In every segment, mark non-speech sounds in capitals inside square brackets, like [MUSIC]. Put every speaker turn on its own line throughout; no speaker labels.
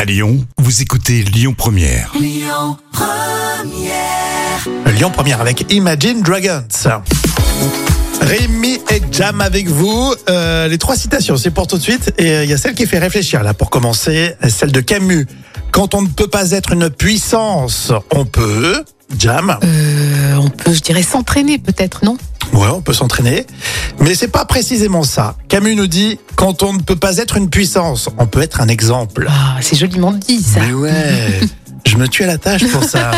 À Lyon, vous écoutez Lyon Première.
Lyon Première avec Imagine Dragons. Rémi et Jam avec vous. Euh, les trois citations, c'est pour tout de suite. Et euh, il y a celle qui fait réfléchir là pour commencer, celle de Camus. Quand on ne peut pas être une puissance, on peut. Jam,
Euh, on peut, je dirais, s'entraîner peut-être, non
ouais, on peut s'entraîner. Mais c'est pas précisément ça. Camus nous dit quand on ne peut pas être une puissance, on peut être un exemple.
Ah, c'est joliment dit ça.
Mais ouais. Je me tue à la tâche pour ça.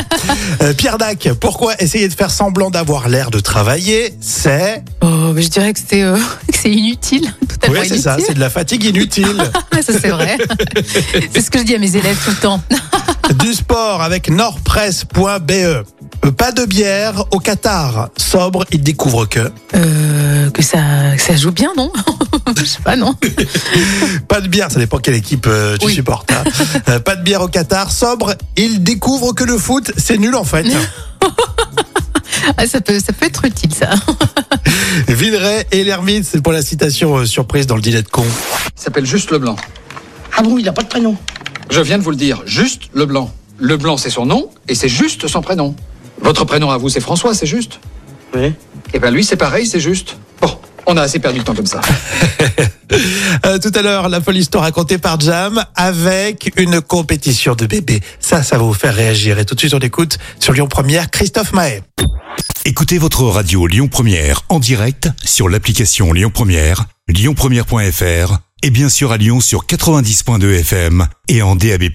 Euh, Pierre Dac, pourquoi essayer de faire semblant d'avoir l'air de travailler C'est
Oh, mais je dirais que c'est euh, [LAUGHS] que c'est inutile, totalement
Oui, c'est
inutile.
ça, c'est de la fatigue
[LAUGHS]
inutile.
Ah, ça, c'est
[LAUGHS]
vrai. c'est ce que je dis à mes élèves tout le temps.
du sport avec nordpresse.be. Euh, Pas de bière au Qatar. Sobre, il découvre que.
Euh, que ça, que ça joue bien, non [LAUGHS] Je sais pas, non.
Pas de bière, ça dépend quelle équipe euh, tu
Oui.
supportes.
[LAUGHS]
hein. Euh, Pas de bière au Qatar. Sobre, il découvre que le foot, c'est nul en
[LAUGHS]
fait.
Ah, ça peut, ça peut être utile ça.
Villeray et l'ermite, c'est pour la citation euh, surprise dans le dîner de con.
Il s'appelle Juste Leblanc.
Ah bon, il n'a pas de prénom.
Je viens de vous le dire, Juste Leblanc. Leblanc, c'est son nom, et c'est juste son prénom. Votre prénom à vous, c'est François, c'est juste.
Oui.
Eh ben lui, c'est pareil, c'est juste. Bon, on a assez perdu le temps comme ça.
Euh, tout à l'heure, la folle histoire racontée par Jam avec une compétition de bébés. Ça, ça va vous faire réagir. Et tout de suite, on écoute sur Lyon Première Christophe Mahé.
Écoutez votre radio Lyon Première en direct sur l'application Lyon Première, lyonpremière.fr et bien sûr à Lyon sur 90.2 FM et en DAB+.